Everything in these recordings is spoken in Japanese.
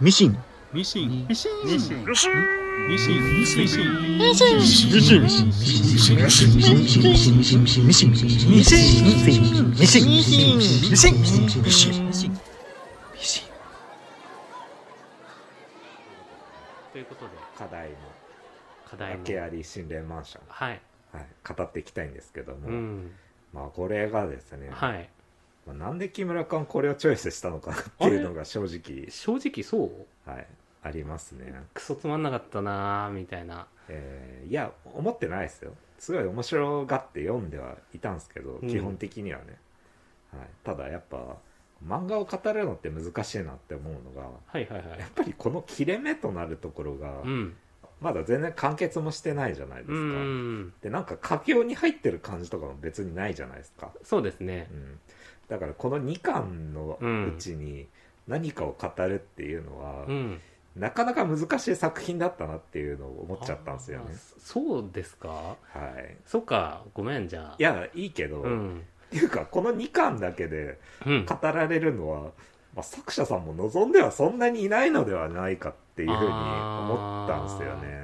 ミシン。ミシン。ミシン。ニシン。シンミシン。ミシン。ミシン。ミシンミシン。ミシン。ミシン。ミシン。ミシン。ミシン。ミシン。ミシン。ミシン。ミシン。ミシン。ミシン。ミシン。ミシン。ミシン。ミシン。ミシン。ミシン。ミシン。ミシン。ということで課題の課題訳のあり心霊マンション、はいはい、語っていきたいんですけども、うんまあこれがですね、はいまあ、なんで木村君これをチョイスしたのかなっていうのが正直正直そうはいありますね、クソつまんなかったなーみたいなえーいや思ってないですよすごい面白がって読んではいたんですけど、うん基本的にはね、はい、ただやっぱ漫画を語るのって難しいなって思うのがはいはいはやいっぱりこの切れ目となるところが、うんまだ全然完結もしてないじゃないですうか、んでなんか佳境に入ってる感じとかも別にないじゃないですか、そうですねうん、だからこの2巻のうちに何かを語るっていうのは、うんなかなか難しい作品だったなっていうのを思っちゃったんですよあねーそうですかはいそっかごめんじゃあいやいいけど、うっんていうかこの2巻だけでうん語られるのは、まあ、作者さんも望んではそんなにいないのではないかっていうふうに思ったんですよね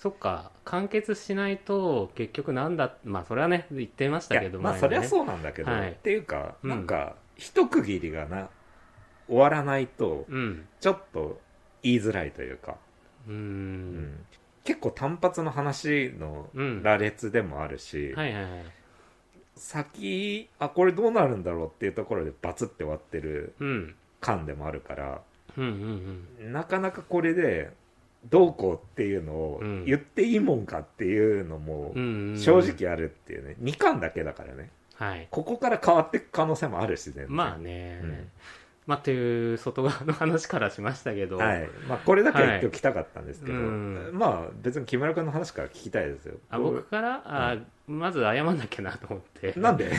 そっか完結しないと結局なんだまあそれはね言ってましいたやけどまあ前そもりゃねそうなんだけど、はいっていうかうんなんか一区切りがな終わらないとうんちょっと言いづらいというか、ううんん結構単発の話のうん羅列でもあるし、はいはいはい先あこれどうなるんだろうっていうところでバツって終わってるうん感でもあるからうんうんなかなかこれでどうこうっていうのをうん言っていいもんかっていうのもうんうんうん正直あるっていうね、2巻だけだからねはいここから変わっていく可能性もあるしねまあね、うんまあという外側の話からしましたけど、はいまあ、これだけは言っておきたかったんですけど、はいうんまあ別に木村君の話から聞きたいですよあ僕からあ、まず謝んなきゃなと思ってなんで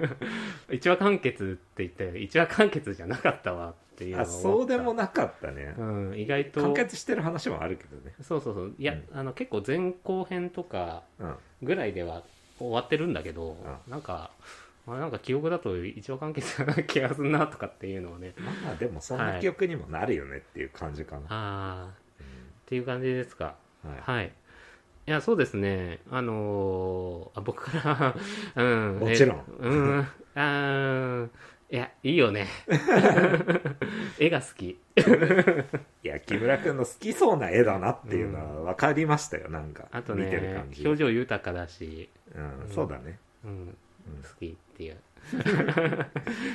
一話完結って言って一話完結じゃなかったわっていうのを あ思ったそうでもなかったねうん、意外と完結してる話もあるけどねそうそうそういや、うんあの結構前後編とかうんぐらいでは終わってるんだけど、うなんか、まあ、なんか記憶だと一話完結な気がするなとかっていうのをねまあでもそんな記憶にもなるよねっていう感じかな、ああっていう感じですかうんはいはい。いや、そうですね。あのーあ僕から、 うん。もちろんえうん。あーいや、いいよ ね。絵が好き。いや木村君の好きそうな絵だなっていうのは分かりましたよなんかあと見てるね感、じ、表情豊かだし、うん、そうだね、うん、うん好きっていう。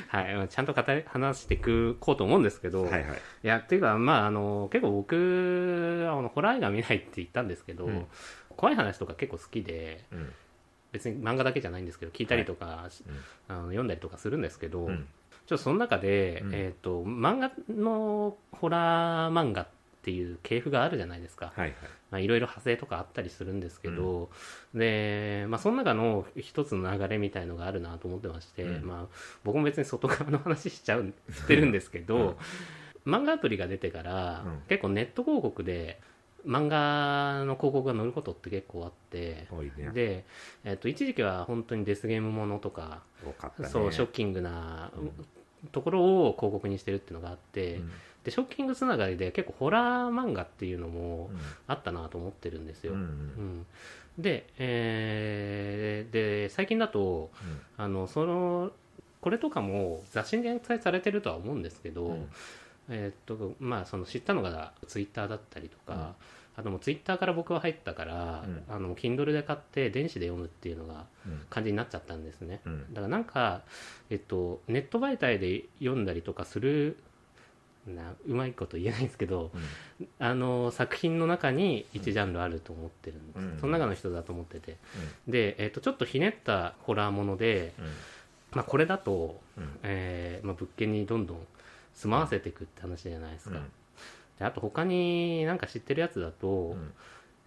はいまあ。ちゃんと語り話していくこうと思うんですけど、はいはいいや、っていうか、まあ、あの、結構僕、あの、ホラー映画見ないって言ったんですけど、うん怖い話とか結構好きで、うん別に漫画だけじゃないんですけど聞いたりとか、しうあんの読んだりとかするんですけど、うんちょっとその中で、うんえー、と漫画のホラー漫画っていう系譜があるじゃないですか、はいはいまあいろいろ派生とかあったりするんですけど、で、まあ、その中の一つの流れみたいのがあるなと思ってまして、うんまあ、僕も別に外側の話しちゃうしてるんですけど、漫画アプリが出てから、うん結構ネット広告で漫画の広告が載ることって結構あって、多いねで、えっと一時期は本当にデスゲームものとか、多かったねそうショッキングなうところを広告にしてるっていうのがあって、んでショッキングつながりで結構ホラー漫画っていうのもうんあったなと思ってるんですうよ。んううんんで,、えーで最近だとあのそのこれとかも雑誌に連載されてるとは思うんですけど、うんえーっとまあ、その知ったのがツイッターだったりとか、あともうツイッターから僕は入ったから、うんあの Kindle で買って電子で読むっていうのがうん感じになっちゃったんですね、うんだからなんか、えっと、ネット媒体で読んだりとかするなうまいこと言えないんですけどうんあの作品の中に1ジャンルあると思ってるんです、うんその中の人だと思ってて、で、えっと、ちょっとひねったホラーもので、うんまあ、これだとうんえーまあ、物件にどんどん住まわせていくって話じゃないですか、うんであと他になんか知ってるやつだと、うん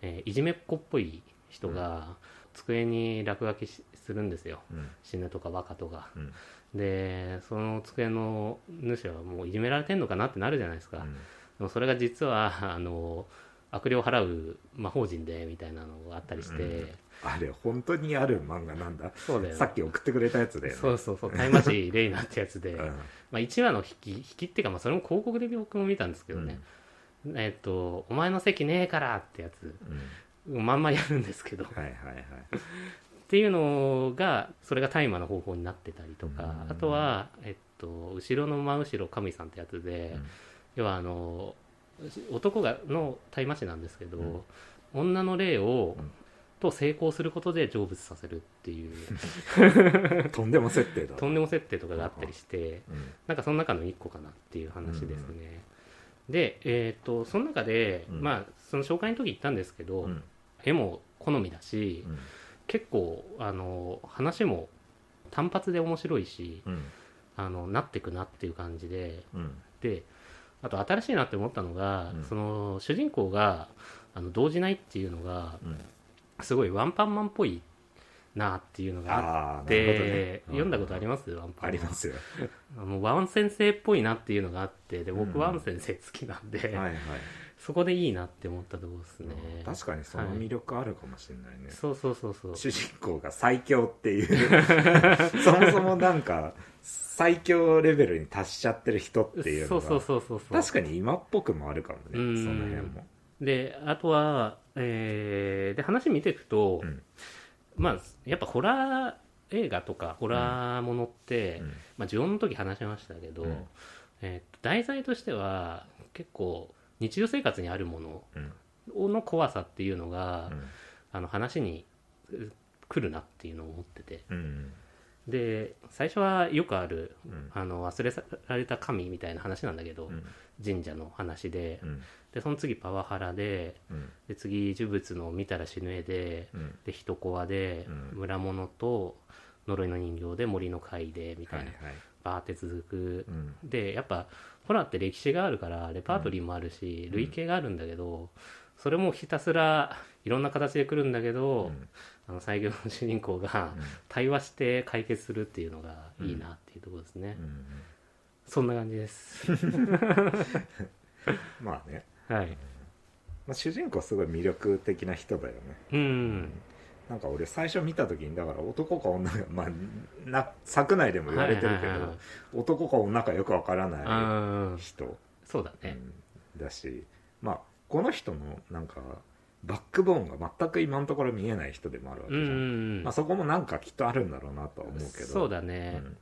えーいじめっ子っぽい人が机に落書きしするんですようん死ぬとかバカとかうんでその机の主はもういじめられてんのかなってなるじゃないですか、うんでもそれが実はあの悪霊を払う魔法人でみたいなのがあったりして、うんあれ本当にある漫画なんだそうだよねさっき送ってくれたやつだよねそうそうそうタイマジレイナってやつで、うんまあ、1話の引き引きっていうか、まあ、それも広告で僕も見たんですけどね、えっと「お前の席ねえから」ってやつうんうんまんまやるんですけどはいはいはいっていうのがそれが大麻の方法になってたりとか、うんあとは、えっと、後ろの真後ろ神さんってやつで、うん要はあの男がの大麻師なんですけど、うん女の霊を、うんと成功することで成仏させるって いうとんでも設定だとんでも設定とかがあったりしてうんなんかその中の1個かなっていう話ですね、で、えっとその中で、うんまあその紹介の時言ったんですけど、うん絵も好みだし、うん結構あの話も単発で面白いしうんあのなってくなっていう感じでうんであと新しいなって思ったのが、うんその主人公があの動じないっていうのがうんすごいワンパンマンっぽいなっていうのがあっああなるほどねて、読んだことありまますワンパンマンありますよあのワン先生っぽいなっていうのがあってでうん僕ワン先生好きなんで、はいはいそこでいいなって思ったところですね確かにその魅力あるかもしれないねそうそうそうそう主人公が最強っていう そもそもなんか最強レベルに達しちゃってる人っていうそのうそうがそうそうそう確かに今っぽくもあるかもねそうんの辺もであとは、えーで話見ていくと、うんまあやっぱホラー映画とかホラーものって、うんまあ呪音の時話しましたけど、うんえーと題材としては結構日常生活にあるものうんの怖さっていうのが、うんあの話にう来るなっていうのを思っててうんで最初はよくある、うんあの忘れられた神みたいな話なんだけど、うん神社の話で、うんでその次パワハラでうんで次呪物の見たら死ぬ絵でうんで人コアで、うん村物と呪いの人形で森の会でみたはいいはな、いバーって続くう、んでやっぱホラーって歴史があるからレパートリーもあるし、ん類型があるんだけどそれもひたすらいろんな形で来るんだけど、うんあの最強の主人公がうん対話して解決するっていうのがいいなっていうところですね、うんそんな感じです まあねはいまあ主人公すごい魅力的な人だよねうんなんか俺最初見た時にだから男か女かまあな作内でも言われてるけはいはいはいど男か女かよくわからなあいー人そうだうね、んだしまあこの人のなんかバックボーンが全く今のところ見えない人でもあるわけうじんうゃ、んんまあ、そこもなんかきっとあるんだろうなとは思うけどそうだうね、ん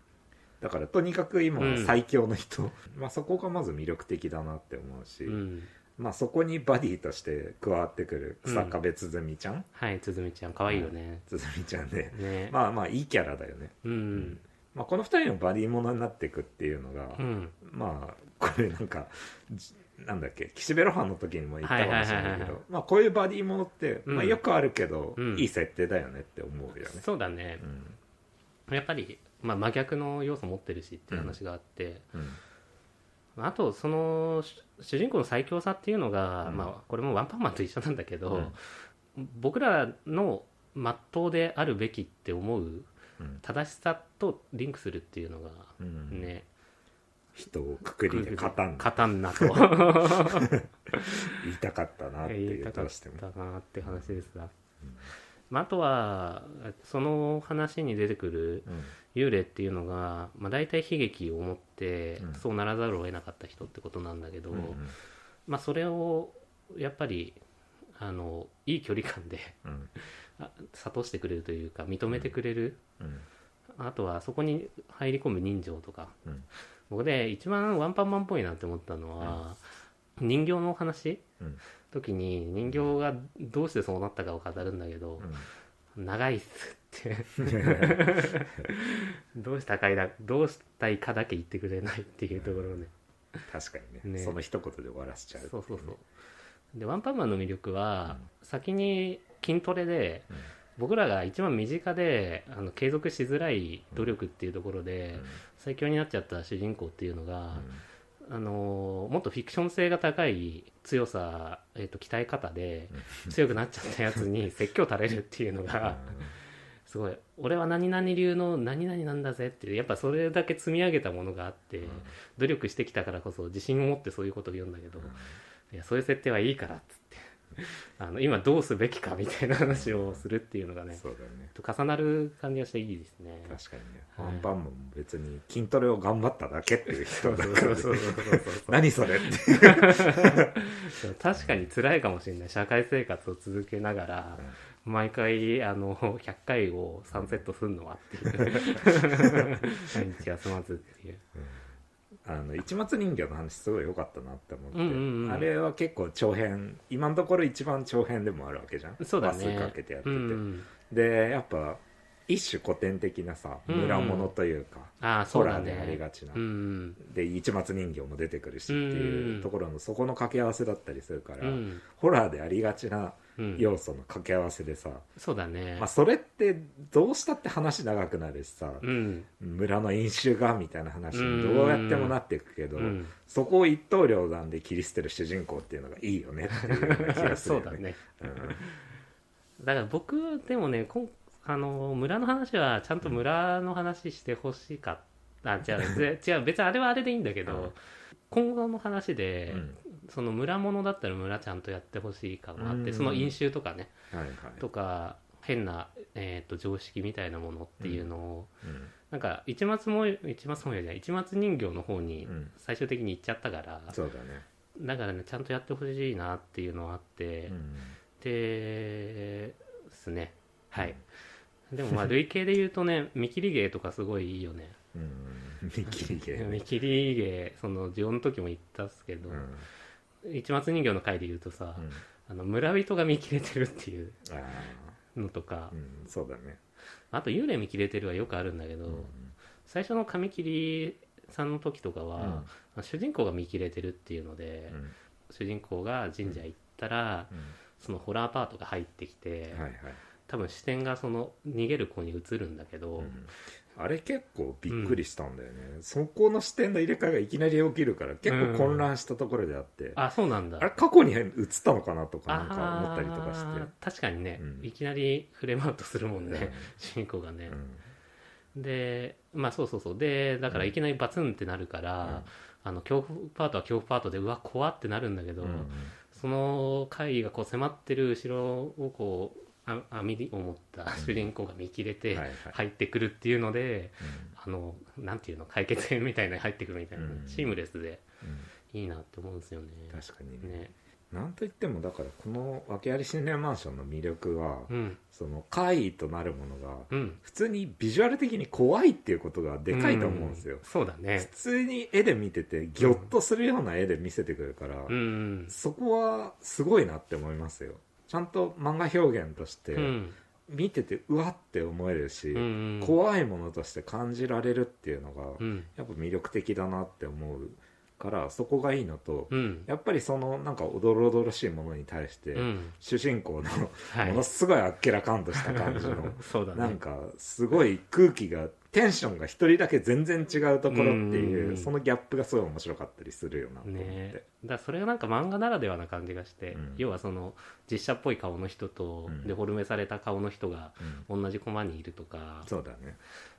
だからとにかく今うんは最強の人、 まあそこがまず魅力的だなって思うし、うんまあそこにバディとして加わってくる草壁つづみちゃん、はい、つづみちゃん、可愛いよね。つづみちゃんで、ね、まあまあいいキャラだよね、うん、まあ、この二人のバディものになっていくっていうのが、うん、まあこれなんかじなんだっけ岸辺露伴の時にも言ったかもしれはいはないけいはいはいどまあこういうバディものって、うんまあ、よくあるけど、うんいい設定だよねって思うよね。そうだねう、んやっぱり、まあ、真逆の要素持ってるしっていう話があって、うんあと、その主主人公の最強さっていうのが、うんまあ、これもワンパンマンと一緒なんだけうどん、僕らの真っ当であるべきって思ううん正しさとリンクするっていうのがうんね、人をくくりで勝たん勝たん なと言いたかったなって言いいたうかっどうしても。たなって話ですが、まあ、あとはその話に出てくるうん幽霊っていうのが、まあ、大体悲劇を持ってうんそうならざるを得なかった人ってことなんだけど、うんまあ、それをやっぱりあのいい距離感で うんあ諭してくれるというか認めてくれる、うんあとはそこに入り込む人情とか、うん僕で一番ワンパンマンっぽいなって思ったのは、人形のお話、うん時に人形がどうしてそうなったかを語るんだけど、長いっすって どうしたかいだどうしたいかだけ言ってくれないっていうところね、確かにねねその一言で終わらせちゃうっていそうねそうそうでワンパンマンの魅力は、先に筋トレで、うん僕らが一番身近であの継続しづらい努力っていうところで、最強になっちゃった主人公っていうのうんが、あのーもっとフィクション性が高い強さ、えっと鍛え方で強くなっちゃったやつ に説教垂れるっていうのうんが、すごい俺は何々流の何々なんだぜっていうやっぱそれだけ積み上げたものがあって、うん努力してきたからこそ自信を持ってそういうことを言うんだけど、うんいやそういう設定はいいからっつって あの今どうすべきかみたいな話をするっていうのがねそうだねと重なる感じがしていいですね確かにね、はいアンパンマンも別に筋トレを頑張っただけっていう人だから、ね、そうそうそうそうそうそう何それって確かに辛いかもしれない社会生活を続けながら毎回あの100回を3セットするのはっていう毎日休まずっていうあの市松人形の話すごい良かったなって思って、うんうんうんあれは結構長編今のところ一番長編でもあるわけじゃんそうだね話数かけてやってうて、ん、でやっぱ一種古典的なさうんうん村物というか、ああそホうだラーねでありがちな、うんで市松人形も出てくるしってうんいうんうところのそこの掛け合わせだったりするから、うんホラーでありがちなうん要素の掛け合わせでさ、そうだね、まあ、それってどうしたって話長くなるしさ、うん村の飲酒がみたいな話にどうやってもなっていくけど、うんそこを一刀両断で切り捨てる主人公っていうのがいいよねっていうような気がするそようだねうんだから僕でもねこんあの村の話はちゃんと村の話してほしかった、あ違うぜ違う別にあれはあれでいいんだけど、うん今後の話で、うんその村ものだったら村ちゃんとやってほしい感があって、うんその飲酒とかねはいはい、とか変な、えー、と常識みたいなものっていうのを、うんなんか一松も一松もよりじゃない一松人形の方にうん最終的に行っちゃったから、そうだね、だからねちゃんとやってほしいなっていうのはあって、うんでですねはいで もまあ累計で言うとね見切り芸とかすごいいいよね うん、見切り芸見切り芸そのジオの時も言ったっすけど、うんうん一松人形の回で言うとさ、あの村人が見切れてるっていうあーのとか、うんそうだね、あと幽霊見切れてるはよくあるんだけど、うん最初の紙切りさんの時とかは、主人公が見切れてるっていうので、うん主人公が神社行ったら、うそのホラーパートが入ってきて、んはいはい、多分視点がその逃げる子に移るんだけど、うんあれ結構びっくりしたんだよね、そこの視点の入れ替えがいきなり起きるから結構混乱したところであって、あそうなんだあれ過去に映ったのかなとかあなんか思ったりとかーし確かにね、うんいきなりフレームアウトするもんてね、主人公がねうん、でまあそうそうそうでだからいきなりバツンってなるから、うんあの恐怖パートは恐怖パートでうわ怖ってなるんだけど、うんその会議がこう迫ってる後ろをこうあ網を持った主人公が見切れうてんはいはい入ってくるっていうので、うんあのなんていうの解決編みたいなの入ってくるみたいな、うんシームレスでういいなって思うんですよね。ん確かにねねなんといってもだからこの訳あり心霊マンションの魅力は、うんその怪異となるものがうん普通にビジュアル的に怖いっていうことがでかいと思うんですよ、そうだ普ね通に絵で見ててギョッとするような絵で見せてくるから、うんうんそこはすごいなって思いますよちゃんと漫画表現としてうん見ててうわって思えるし、うん怖いものとして感じられるっていうのが、うんやっぱ魅力的だなって思うからそこがいいのと、うんやっぱりそのなんかおどろおどろしいものに対して、うん主人公のはものいすごいあっけらかんとした感じの そうだなんねかすごい空気がテンションが一人だけ全然違うところってういんうそのギャップがすごい面白かったりするよなと思って、ねだからそれがなんか漫画ならではな感じがして、うん要はその実写っぽい顔の人と、うんデフォルメされた顔の人がうん同じコマにいるとかそうだね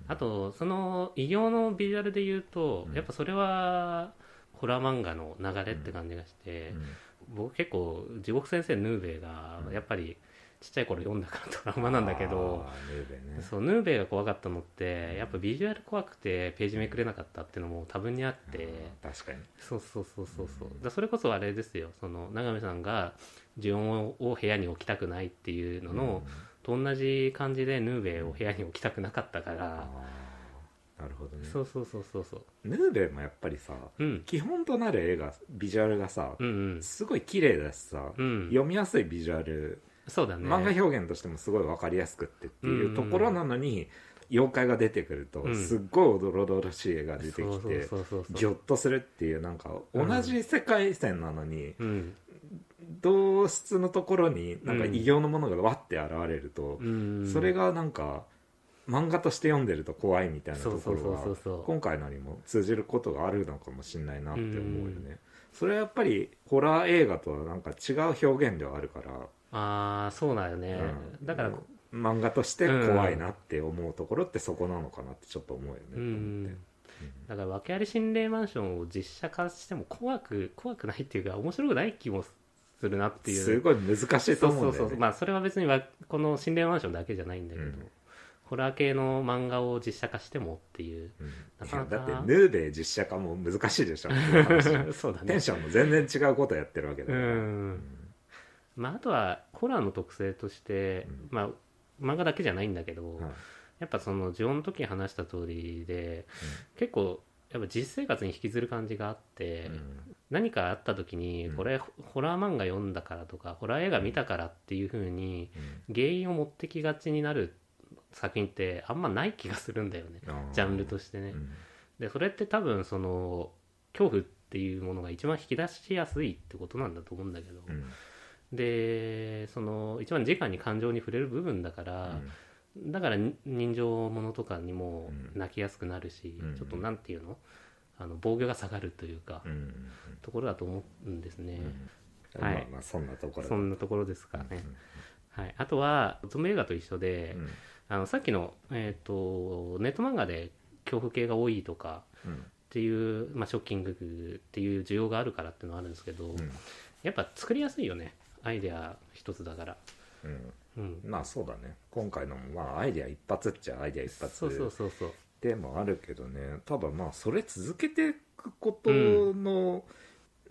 あとその異形のビジュアルで言うと、うんやっぱそれはホラー漫画の流れって感じがして、僕結構地獄先生ヌーベイがうんやっぱりちっちゃい頃読んだからトラウマなんだけど、あールーベねそうヌーベイが怖かったのってやっぱビジュアル怖くてページめくれなかったっていうのも多分にあって、うん確かにそうそうそうそうそうだからそれこそあれですよその永見さんが呪音を部屋に置きたくないっていうのの、と同じ感じでヌーベイを部屋に置きたくなかったかあら、ーなるほどねそうそうそうそうそうヌーベもやっぱりさうん基本となる絵がビジュアルがさ、うんうんすごい綺麗だしさ、うん読みやすいビジュアル、そうだね漫画表現としてもすごい分かりやすくってっていうところなのに、妖怪が出てくると、うんすっごいおどろおどろしい絵が出てきてそうそうそうそうギョッとするっていうなんかう同んじ世界線なのに、うん同質のところになんかうん異形のものがわって現れると、うんそれがなんか漫画として読んでると怖いみたいなとそうこそうろそうそうがそう今回のにも通じることがあるのかもしれないなって思うようんねそれはやっぱりホラー映画とはなんか違う表現ではあるから、ああそうだよね、うんだから、うん漫画として怖いなって思うところってそこなのかなってちょっと思うよね、うんだから訳あり心霊マンションを実写化しても怖く怖くないっていうか面白くない気もするなっていうすごい難しいそとう思そううんだそようねまあそれは別にわこの「心霊マンション」だけじゃないんだけど、うんホラー系の漫画を実写化してもって いううんないかやなかだってヌーベイ実写化も難しいでしょ そうだねテンションも全然違うことやってるわけだうからんまあ、あとはホラーの特性として、うんまあ漫画だけじゃないんだけど、うんやっぱその呪音の時に話した通りで、う結構やっぱ実生活に引きずる感じがあって、うん何かあった時に、うんこれホラー漫画読んだからとかホラー映画見たからっていう風に原因を持ってきがちになる作品ってあんまない気がするんだよねうんジャンルとしてね。うんでそれって多分その恐怖っていうものが一番引き出しやすいってことなんだと思うんだけど、うんでその一番直に感情に触れる部分だから、だからに人情ものとかにもうん泣きやすくなるし、うんちょっとなんていうのあの防御が下がるというか、うんうんところだと思うんですね、まはいあまあそんなところそんなところですかね、はい、あとはゾンビ映画と一緒で、うんあのさっきの、えー、とネット漫画で恐怖系が多いとかうんっていう、まあ、ショッキングっていう需要があるからっていうのはあるんですけど、んやっぱ作りやすいよねアイデア一つだから。うんうんまあそうだね今回のもまあアイデア一発っちゃアイデア一そうそう発そうそうでもあるけどねただまあそれ続けていくことの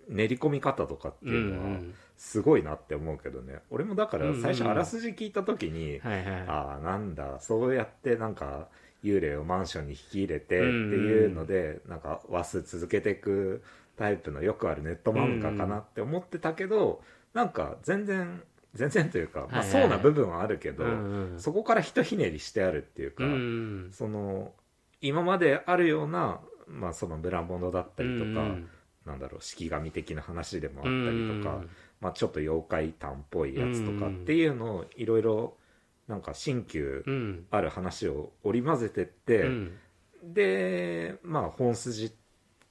練り込み方とかってうんういうのはんすごいなって思うけどね俺もだから最うんうんう初んあらすじ聞いた時にはいはいああなんだそうやってなんか幽霊をマンションに引き入れてってうんうんいうのでなんか和数続けていくタイプのよくあるネット漫画かなって思ってたけどなんか全然全然というかまあはいはいそうな部分はあるけどうんうんそこからひとひねりしてあるっていうかうんうんその今まであるようなまあそのブランボンドだったりとうかんなんだろう式神的な話でもあっうんたりとかまあ、ちょっと妖怪譚っぽいやつとかうっんていうのをいろいろなんか新旧うんうんある話を織り交ぜてって、うんでまあ本筋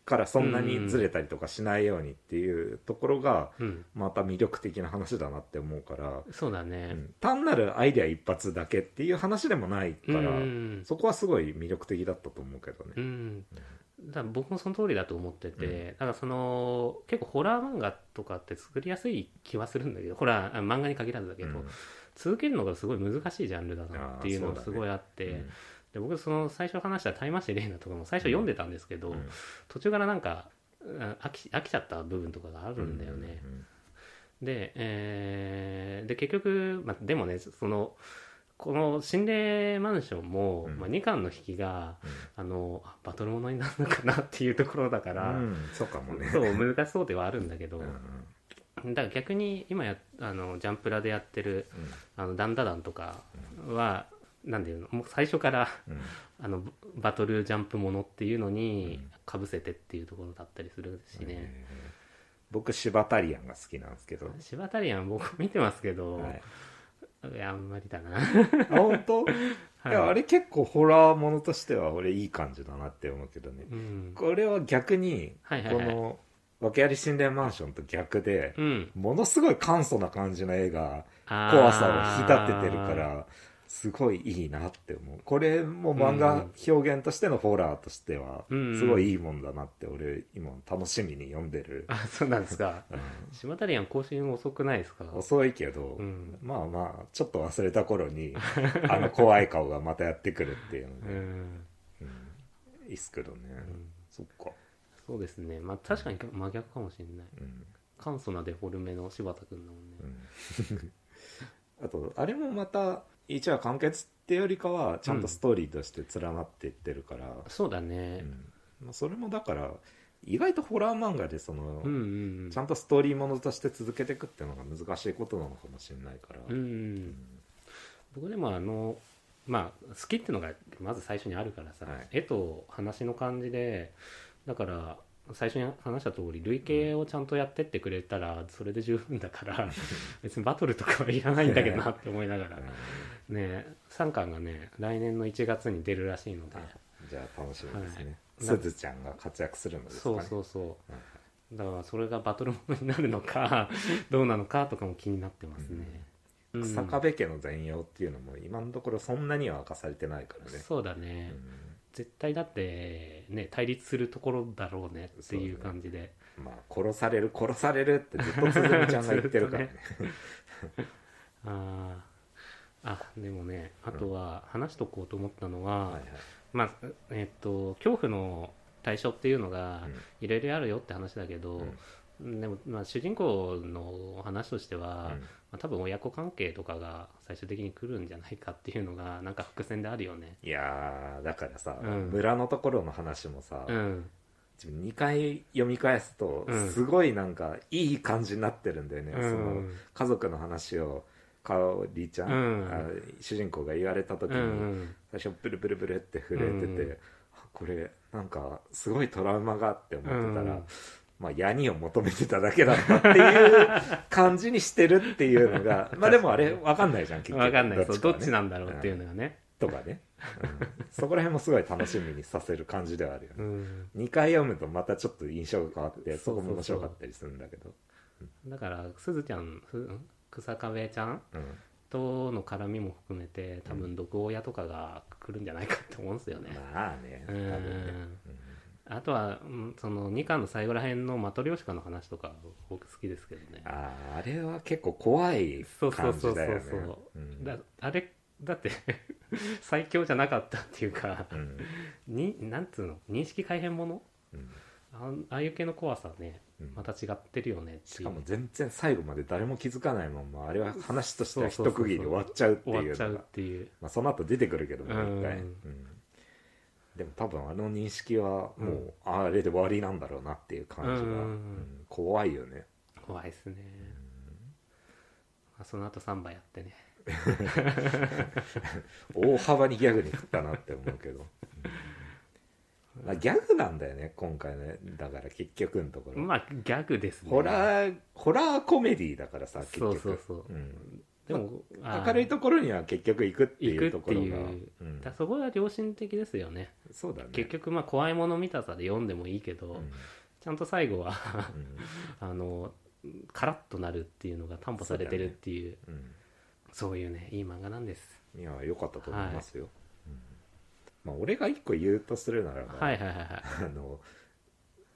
からそんなにずれたりとかしないようにっていうところがうんまた魅力的な話だなって思うから、そうだうねん単なるアイデア一発だけっていう話でもないから、うんそこはすごい魅力的だったと思うけどねう。んだから僕もその通りだと思っててだからその結構ホラー漫画とかって作りやすい気はするんだけどホラーあ漫画に限らずだけうどん続けるのがすごい難しいジャンルだなっていうのあーがすそうだねごいあってうんで僕その最初話した「タイマシレイナ」とかも最初読んでたんですけどうん途中からなんかうん飽き飽きちゃった部分とかがあるんだよね。で,、えーで結局、まあ、でもねそのこの心霊マンションも、うんまあ、2巻の引きが、あのあバトルものになるのかなっていうところだかうら、んうんそうかも ね。そう難しそうではあるんだけど、うんうんだから逆に今やあのジャンプラでやってる「あのダンダダン」とかは、なんていうのもう最初からうんあのバトルジャンプものっていうのにかぶせてっていうところだったりするしね。えー僕シバタリアンが好きなんですけど、シバタリアン僕見てますけど、はいいやあんまりだな、あ本当、 い、やあれ結構ホラーものとしては俺いい感じだなって思うけどねうん、これは逆にこはいはいはいの「訳あり心霊マンション」と逆で、うん、ものすごい簡素な感じの絵があー怖さを引き立ててるからすごいいいなって思うこれも漫画表現としてのホラーとしてはうんすごいいいもんだなって俺今楽しみに読んでる、あそうなんですかうシバタリアン更新遅くないですかん遅いけど、うん、まあまあちょっと忘れた頃に あの怖い顔がまたやってくるっていうのうで、んいいっすけどね、うんそっか、そうですねまあ確かに真逆かもしれないうん簡素なデフォルメの柴田君だもんねう、んあとあれもまた一話完結ってよりかはちゃんとストーリーとして連なっていってるから、そうだうねんまあ、それもだから意外とホラー漫画でその、うんうんうんちゃんとストーリーものとして続けていくっていうのが難しいことなのかもしれないから、うんうん僕でもあのまあ好きってのがまず最初にあるからさ、はい絵と話の感じでだから最初に話した通り類型をちゃんとやってってくれたらそれで十分だから、別にバトルとかはいらないんだけどなって思いながらうねん3巻がね来年の1月に出るらしいのであじゃあ楽しみですね、はすいずちゃんが活躍するのですかそねうそうそうはいだからそれがバトルものになるのかどうなのかとかも気になってますね、うん草壁家の全容っていうのも今のところそんなには明かされてないからねそうだね、うん絶対だってね対立するところだろうねっていう感じでまあ殺される殺されるってずっとつづみちゃんが 言ってるからねあーあでもねあとは話しとこうと思ったのは、はいはいまあえっと恐怖の対象っていうのがうんいろいろあるよって話だけど、でも、まあ、主人公の話としては、うんまあ、多分親子関係とかが最終的に来るんじゃないかっていうのがなんか伏線であるよね。いやーだからさ、うん村のところの話もさ、うん、自分2回読み返すとうんすごいなんかいい感じになってるんだよね、うんその家族の話をかおりちゃん、うんあ主人公が言われた時うに、ん最初ブルブルブルって震えてて、うんあこれなんかすごいトラウマがあって思ってたら、うんまあ闇を求めてただけだったっていう感じにしてるっていう のがまあでもあれわかんないじゃん結うん、局わかんないどっ,、そうどかはっねちなんだろうっていうのがね。とかね、うんそこら辺もすごい楽しみにさせる感じではあるよね、うん、 2回読むとまたちょっと印象が変わってそそうそうそこうも面白かったりするんだけどだからすずちゃんふん草壁ちゃんうんとの絡みも含めて多分毒親とかが来るんじゃないかって思うんですよね。まあね多うん分ねあとは、うんその2巻の最後らへんのマトリョーシカの話とか僕好きですけどね。あーあれは結構怖いそうそう感そうそじだよねうそう、うんだあれだって最強じゃなかったっていうか、うんになんつうの認識改変ものうんあああいう系の怖さねうんまた違ってるよねってしいうかも全然最後まで誰も気づかないまんまあれは話としては一区切りで終わっちゃうって終いわっうちゃのうがっていうまあその後出てくるけどねうん一回うんでも多分あの認識はもうあれで終わりなんだろうなっていう感じがうんうん怖いよね怖いですね、まあその後サンバやってね大幅にギャグに振ったなって思うけど、うんまあ、ギャグなんだよね今回ねだから結局のところ、まあギャグですねホラーホラーコメディだからさ結そ局うそうそうんでもあー明るいところには結局行くってい行くうとってころがいううんだそこは良心的ですよねそうだね結局まあ怖いもの見たさで読んでもいいけど、うんちゃんと最後は うんあのカラッとなるっていうのが担保されてるっていううんそう,、いうねいい漫画なんですいや良かったと思いますよ、うんまあ、俺が一個言うとするならば、はいはいはいはいあの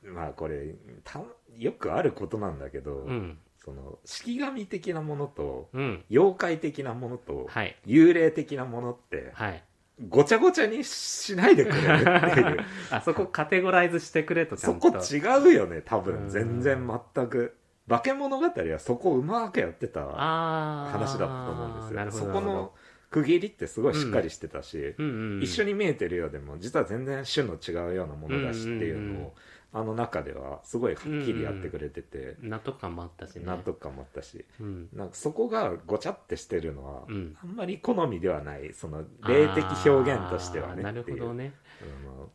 まあこれたよくあることなんだけど、うんその式神的なものとうん妖怪的なものとはい幽霊的なものってはいごちゃごちゃにしないでくれるっていう あそこカテゴライズしてくれとちゃそんこと違うよね多うん分全然全く化け物語はそこをうまくやってた話あーだと思うんですなよるほそどこの区切りってすごいしっかりしてたし、なるほどうんうん一緒に見えてるようでも実は全然種の違うようなものだしっていううんうんうんのをあの中ではすごいはっきりやってくれてて納得感もあったしね納得感もあったしうんなんかそこがごちゃってしてるのは、うんあんまり好みではないその霊的表現としてはあーなねるってほいう、どね あの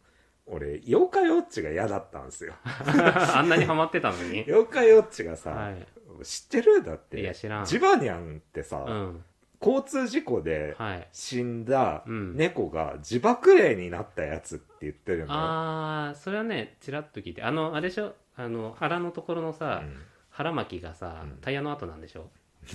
俺妖怪ウォッチが嫌だったんですよあんなにハマってたの に妖怪ウォッチがさ、はい知ってるだっていや知らんジバニャンってさ、うん交通事故ではい死んだうん猫が自爆霊になったやつって言ってるの、ああそれはねちらっと聞いてあのあれでしょあの腹のところのさ、うん腹巻きがさ、うんタイヤの跡なんでしょ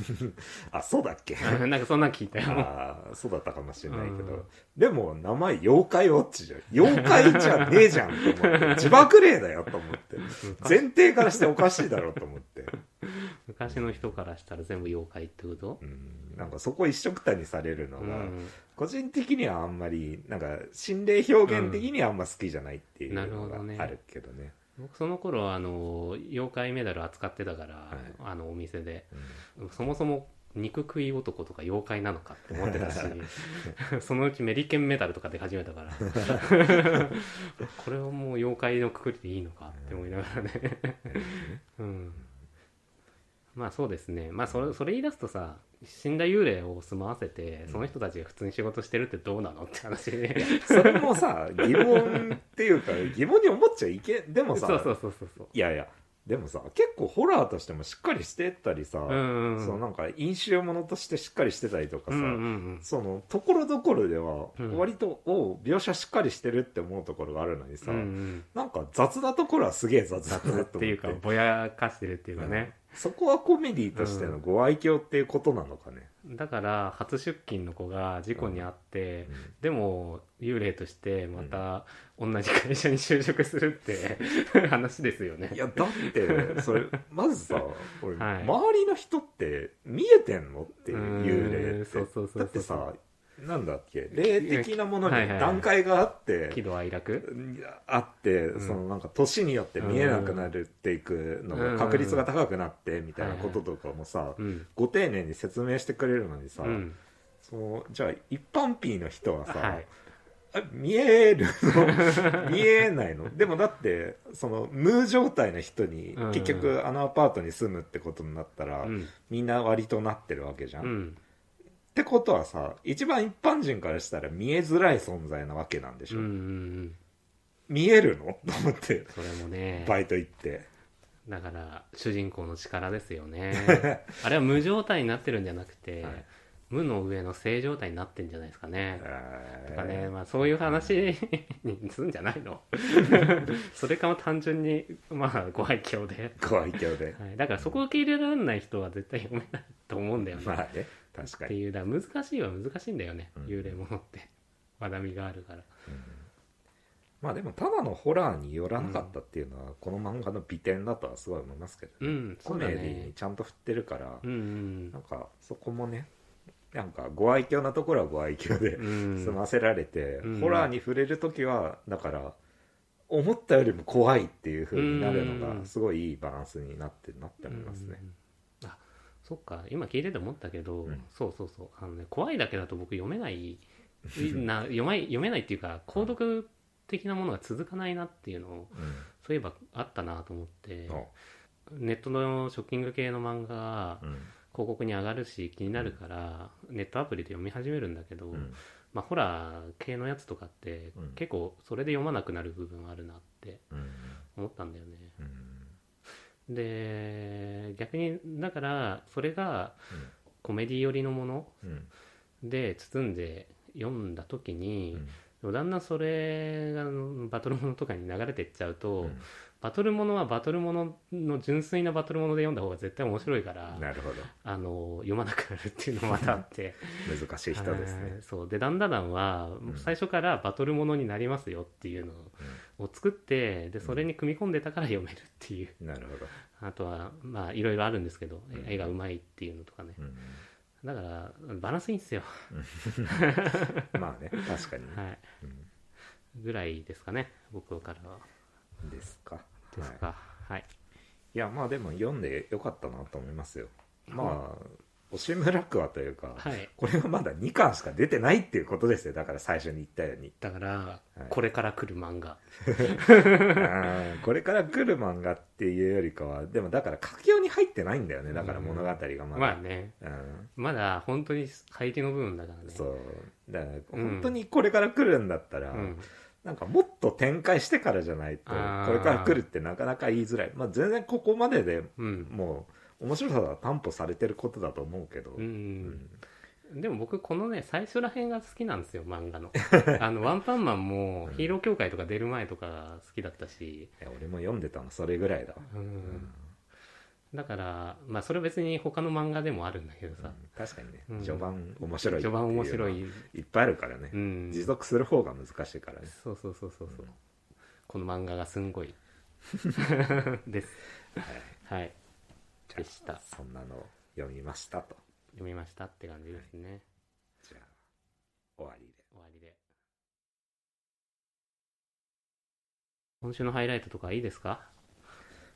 あそうだっけなんかそんなん聞いた よあーそうだったかもしれないけど、うんでも名前妖怪ウォッチじゃん妖怪じゃねえじゃんと 思って自爆霊だよと思って前提からしておかしいだろうと思 って、昔の人からしたら全部妖怪ってことうん、なんかそこ一緒くたにされるのうが、ん、個人的にはあんまりなんか心霊表現的にはあんま好きじゃないっていうなるほのがどねあるけどね,、僕その頃あの妖怪メダル扱ってたから、あのお店でそもそも肉食い男とか妖怪なのかって思ってた しそのうちメリケンメダルとか出始めたから これはもう妖怪のくくりでいいのかって思いながらねうんまあそうですねまあそれそれ言い出すとさ死んだ幽霊を住まわせてその人たちが普通に仕事してるってどうなのって話でそれもさ疑問っていうか疑問に思っちゃいけでそもうさ そうそうそうそういやいやでもさ結構ホラーとしてもしっかりしてたりさ、うんうんそのなんか飲酒ものとしてしっかりしてたりとうかさ、んうんうんそのところどころではうん割と、おう描写しっかりしてるって思うところがあるのにさ、うんうんなんか雑なところはすげえ雑だなと思っっていうかぼやかしてるっていうかね、そこはコメディとしてのご愛嬌っていうことなのかね、だから初出勤の子が事故に遭って、うんでも幽霊としてまた同じ会社に就職するって話ですよねいやだってそれまずさ俺、はい周りの人って見えてんのっていう幽霊うーんってそうそうそうそうだってさなんだっけ霊的なものにはいはいはい段階があって、喜怒哀楽いやあって、んそのなんか年によって見えなくなるっていくのうがん確率が高くなってみたいなこととかもさ、うんご丁寧に説明してくれるのにさ、うんそのじゃあ一般 P の人はさ、 はいあ見えるの見えないのでもだってその無状態の人にうん結局あのアパートに住むってことになったら、うんみんな割となってるわけじゃん、うっんてことはさ一番一般人からしたら見えづらい存在なわけなんでしうんうんょ、うん見えるのと思ってそれもねバイト行ってだから主人公の力ですよ ねあれは無状態になってるんじゃなくて、はい無の上の正状態になってんじゃないですかね、えーとかね、まあ、そういう話にすんじゃない のそれかも単純にまあご愛嬌で、ご愛 嬌ではい、だからそこ受け入れられない人は絶対読めないと思うんだよね、まあね確かってにいうだから難しいは難しいんだよね、うん幽霊ものってまだみがあるからまあでもただのホラーによらなかったっていうのは、この漫画の美点だとはすごい思いますけどね、うんコそうメだディねにちゃんと振ってるから、うんうんなんかそこもねなんかご愛嬌なところはご愛嬌でうん済ませられて、うんホラーに触れる時はだから思ったよりも怖いっていう風になるのうんがすごいいいバランスになってるなって思いますね、うんあそっか今聞いてて思ったけど、うんそうそうそうあの、ね、怖いだけだと僕読めないな読まい読めないっていうか購読的なものが続かないなっていうのをうそういえばあったなと思ってんあネットのショッキング系の漫画がうん広告に上がるし気になるからネットアプリで読み始めるんだけど、うんまあ、ホラー系のやつとかってうん結構それで読まなくなる部分あるなってうん思ったんだよね。うんで逆にだからそれがうんコメディ寄りのものうんで包んで読んだ時うにん、でもだんだんそれがあのバトルものとかに流れてっちゃうと、うんバトルものはバトルものの純粋なバトルもので読んだ方が絶対面白いからなるほどあの読まなくなるっていうのもまたあ って。難しい人ですはねいそうでダンダダンはうん最初からバトルものになりますよっていうのを作って、でそれに組み込んでたから読めるっていうなるほど、あとはまあいろいろあるんですけど、うん絵がうまいっていうのとかねうだからバランスいいんですよ、ん、まあね確かにね、はい、ぐらいですかね僕からはですかですはいかはい、いやまあでも読んでよかったなと思いますよまあ押村区はというか、はいこれはまだ2巻しか出てないっていうことですよだから最初に言ったよう にだから、いこれから来る漫画うんこれから来る漫画っていうよりかはでもだから佳境に入ってないんだよねだから物語がままあだ、ねうんまだ本当に入りの部分だからねそうだから本当にこれから来るんだったら、うん、なんかもっと展開してからじゃないとこあーれから来るってなかなか言いづらいまあ全然ここまででうんもう面白さは担保されてることだと思うけど、うんうんでも僕このね最初ら辺が好きなんですよ漫画の あのワンパンマンもヒーロー協会とか出る前とか好きだったし、いや俺も読んでたのそれぐらいだわうんだからまあそれ別に他の漫画でもあるんだけどさ、確かにね、うん序盤面白いって序いうのは盤面白い、いっぱいあるからね、うん、持続する方が難しいからねそうそうそうそうそうこの漫画がすん ごいですはい、じゃあでしたそんなのを読みましたと読みましたって感じですね、じゃあ終わりで終わりで今週のハイライトとかいいですか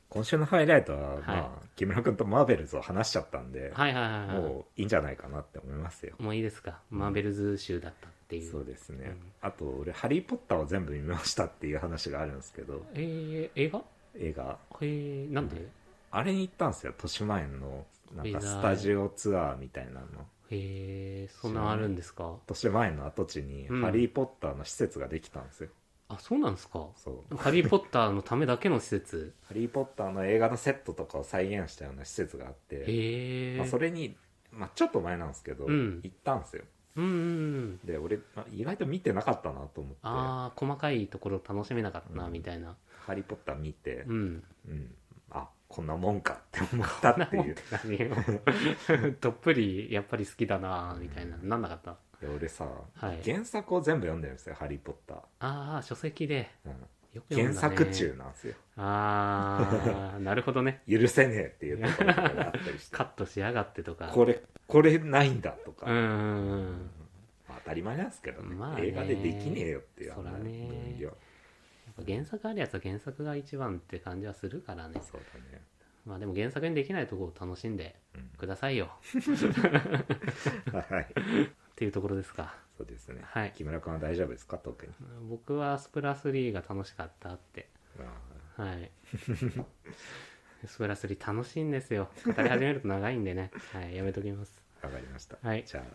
今週のハイライトは、はいまあ、木村君とマーベルズを話しちゃったんで、はいはいはいはいもういいんじゃないかなって思いますよ、もういいですか、マーベルズ集だったっていうそうですね、うんあと俺「ハリー・ポッター」を全部見ましたっていう話があるんですけどえー、映画映画えー、なんで、あれに行ったんですよ豊島園のなんかスタジオツアーみたいなのえー、そんなんあるんですか豊島園の跡地に「うんハリー・ポッター」の施設ができたんですよ、あそうなんですかそうハリー・ポッターのためだけの施設ハリー・ポッターの映画のセットとかを再現したような施設があって、へえまあ、それに、まあ、ちょっと前なんですけど、うん行ったんですようんうんうんで俺、まあ、意外と見てなかったなと思って「ハああ細かいところ楽しめなかったなみたいなリー・ポッター」見てう、んうんあこんなもんかって思っ たっていう何を どっぷりやっぱり好きだなぁみたいな、なんなかったいや俺さ、はい原作を全部読んでるんですよ「ハリー・ポッターああ書籍で」うんよく読んだ、ね、原作中なんですよあ あなるほどね許せねえっていうところとかがあったりしてカットしやがってとかこれこれないんだとか、うんうんまあ当たり前なんですけどね,、まあね映画でできねえよっていうそらあのね分量うん原作あるやつは原作が一番って感じはするからねそうだね、まあでも原作にできないところを楽しんでうんくださいよはいっていうところですかそうですね、はい木村君は大丈夫ですか特に、僕はスプラ3が楽しかったってまあはい スプラ3楽しいんですよ語り始めると長いんでね、はい、やめときますわかりました、はいじゃあ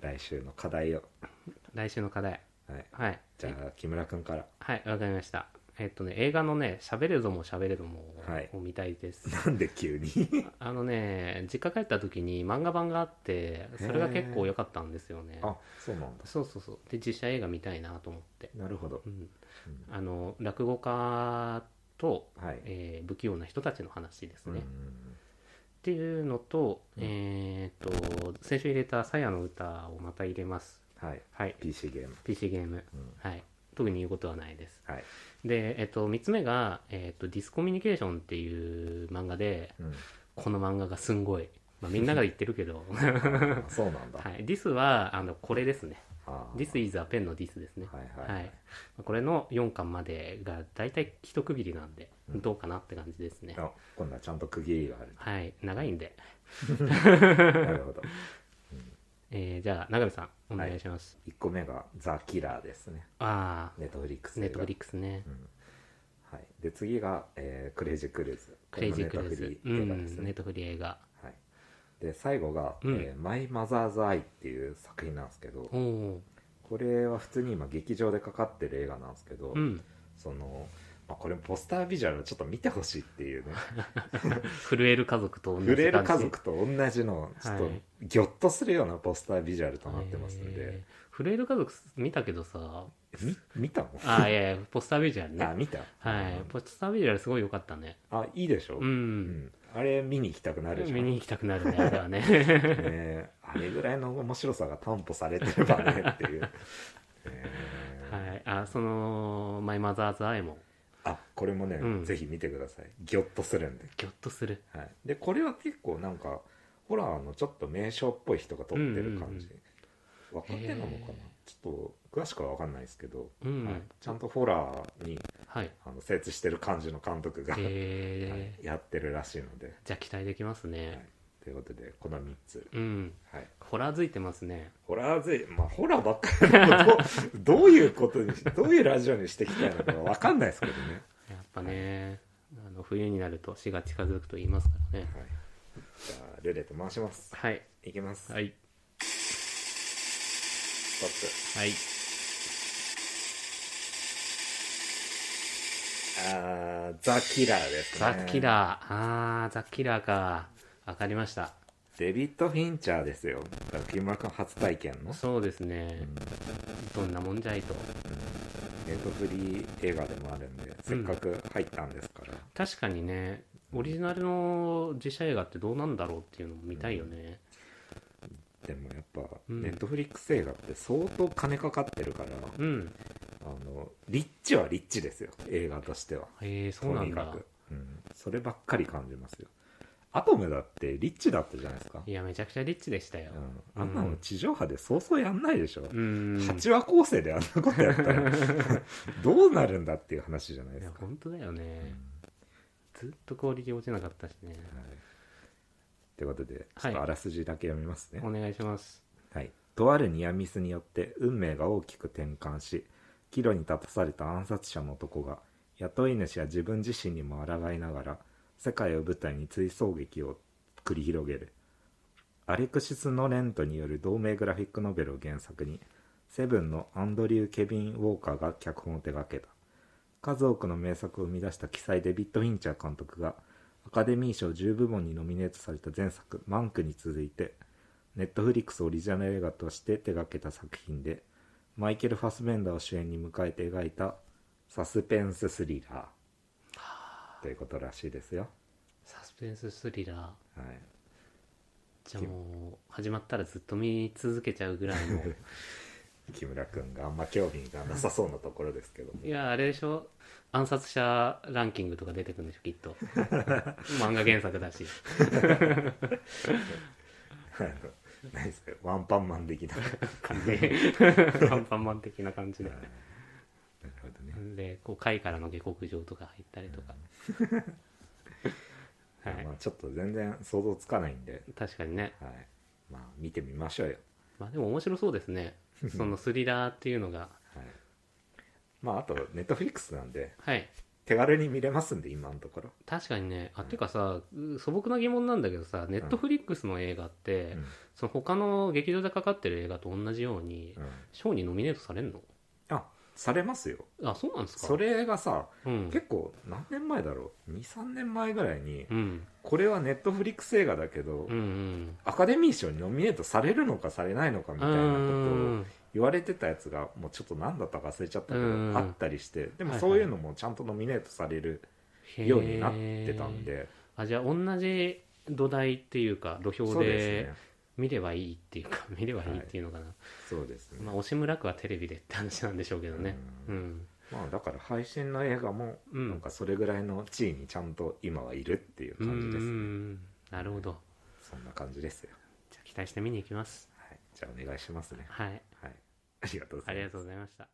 来週の課題を、来週の課題はい、はいじゃあ木村君から はいわかりましたえっとね映画のね「しゃべれどもしゃべれどもはい」を見たいです、なんで急にあのね実家帰った時に漫画版があってそれが結構良かったんですよね あそうなんだそうそうそうで実写映画見たいなと思ってなるほどう、んあの落語家と、はい、えー不器用な人たちの話ですうね、んっ、ていうのと、えーっと先週入れた「さやの歌」をまた入れますはいはい PC ゲーム PC ゲーム、うんはい特に言うことはないですはい、で、えっと、3つ目が、えっと、ディスコミュニケーションっていう漫画で、 うん、この漫画がすんごい。まあ、みんなが言ってるけ ど、あそうなんだ、はい。ディスは、あの、これですね。あーディスイザペンのディスですね。はいはいはい、これの4巻までが、だいたい一区切りなんで、どうかなって感じですね。あ今度はちゃんと区切りがあるはい。長いんで。 なるほどえー、じゃあ、長部さん、お願いします。 1個目が「ザ・キラー」ですねああ、ネットフリックスネットフリッックスね。クはい、で次が、えークレイジー・クルーズ」クレイジークルーズ。こうれもネットフリー映画ですん、ネねッ、トフリ映画。はい、で最後が、うんえマイ・マザーズ・アイ」っていう作品なんですけどおおこれは普通に今劇場でかかってる映画なんですけど、うん。その、まあ、これポスタービジュアルをちょっと見てほしいっていうね震える家族と同じ 感震じ。える家族と同じのちょっとはいギョッとするようなポスタービジュアルとなってますんでえ、ーフレイル家族見たけどさみ見たのあ ーいやいやポスタービジュアルあね見たはいポスタービジュアルすごい良かったねあいいでしょ、う、うんんあれ見に行きたくなるじゃん見に行きたくな るねあれはねねえあれぐらいの面白さが担保されてればねってい う、ねえはいあその「マイ・マザーズ・アイ」もあこれもね、うんぜひ見てくださいギョッとするんで,、ギョッとするはい、でこれは結構なんかホラーのちょっと名称っぽい人が撮ってる感じ、うん若手なのかなへえちょっと詳しくは分かんないですけど、うんはいちゃんとホラーにはいあの精通してる感じの監督が、えはいやってるらしいので、じゃあ期待できますね、はい、ということでこの3つ、うんはい、ホラーづいてますねホラーぜ、まあ、ホラーばっかりだとどう、どういうことにし、どういうラジオにしてきたいのかわかんないですけどね。やっぱね、あの冬になると死が近づくと言いますからねはい。じゃあ、ルーレット回します。はいいきます。はいストッはいプ。あー、ザ・キラーですザね。・キラーあーザ・キラーかわかりましたー。デビッド・フィンチャーですよ。だから木村君初体験の。そうですね、どんなもんじゃいとネットフリー映画でもあるんで、せっかく入ったんですから。確かにねオリジナルの実写映画ってどうなんだろうっていうのも見たいよね、でもやっぱ、うんネットフリックス映画って相当金かかってるから、うん、あの、リッチはリッチですよ。映画としては。へえそうとなんにかだく、うん、そればっかり感じますよアトムだってリッチだったじゃないですかいやめちゃくちゃリッチでしたようん、あんなの地上波でそうそうやんないでしょ、うん、 8話構成であんなことやった らどうなるんだっていう話じゃないいでやすか、本当だよね、ずっとクオリティ落ちなかったしねはい、ということでちはょっいとあらすじだけ読みますね、お願いしますはい、とあるニアミスによって運命が大きく転換し岐路に立たされた暗殺者の男が雇い主や自分自身にも抗いながら世界を舞台に追走劇を繰り広げるアレクシス・ノレントによる同名グラフィックノベルを原作にセブンのアンドリュー・ケビン・ウォーカーが脚本を手掛けた数多くの名作を生み出した奇才デビッド・フィンチャー監督がアカデミー賞10部門にノミネートされた前作「マンク」に続いてネットフリックスオリジナル映画として手掛けた作品でマイケル・ファスベンダーを主演に迎えて描いたサスペンススリラーということらしいですよサスペンススリラーはい、じゃあもう始まったらずっと見続けちゃうぐらいの木村君があんま興味がなさそうなところですけどもいやあれでしょ暗殺者ランキングとか出てくるんでしょきっと漫画原作だし あの何ですかワンパンマン的な感じでア ンパンマン的な感じでなるほどねでこう貝からの下克上とか入ったりと かはいまあ、ちょっと全然想像つかないんで、確かにねはい、まあ見てみましょうよ、まあでも面白そうです ねそのスリラーっていうのがはい、まああとネットフリックスなんではい手軽に見れますんで今のところ、確かにねあ、てかさう素朴な疑問なんだけどさネットフリックスの映画って、うんその他の劇場でかかってる映画と同じようにうん賞にノミネートされんのあされますよあそうなんですかそ、れがさうん、結構何年前だろう23年前ぐらいにうんこれはネットフリックス映画だけど、うんうんアカデミー賞にノミネートされるのかされないのかみたいなことをうん言われてたやつがもうちょっと何だったか忘れちゃったけどうんあったりしてでもはいはいそういうのもちゃんとノミネートされるへーようになってたんであじゃあ同じ土台っていうか土そ俵うですでね見ればいいっていうか 見ればいいっていうのかな、そうですねまあ惜しむらくはテレビでって話なんでしょうけどねうん、まあだから配信の映画もうんなんかそれぐらいの地位にちゃんと今はいるっていううん、感じですねなるほどそんな感じですよじゃあ期待して見に行きますはいじゃあお願いしますねはいはいありがとうござあいりまがすとうございました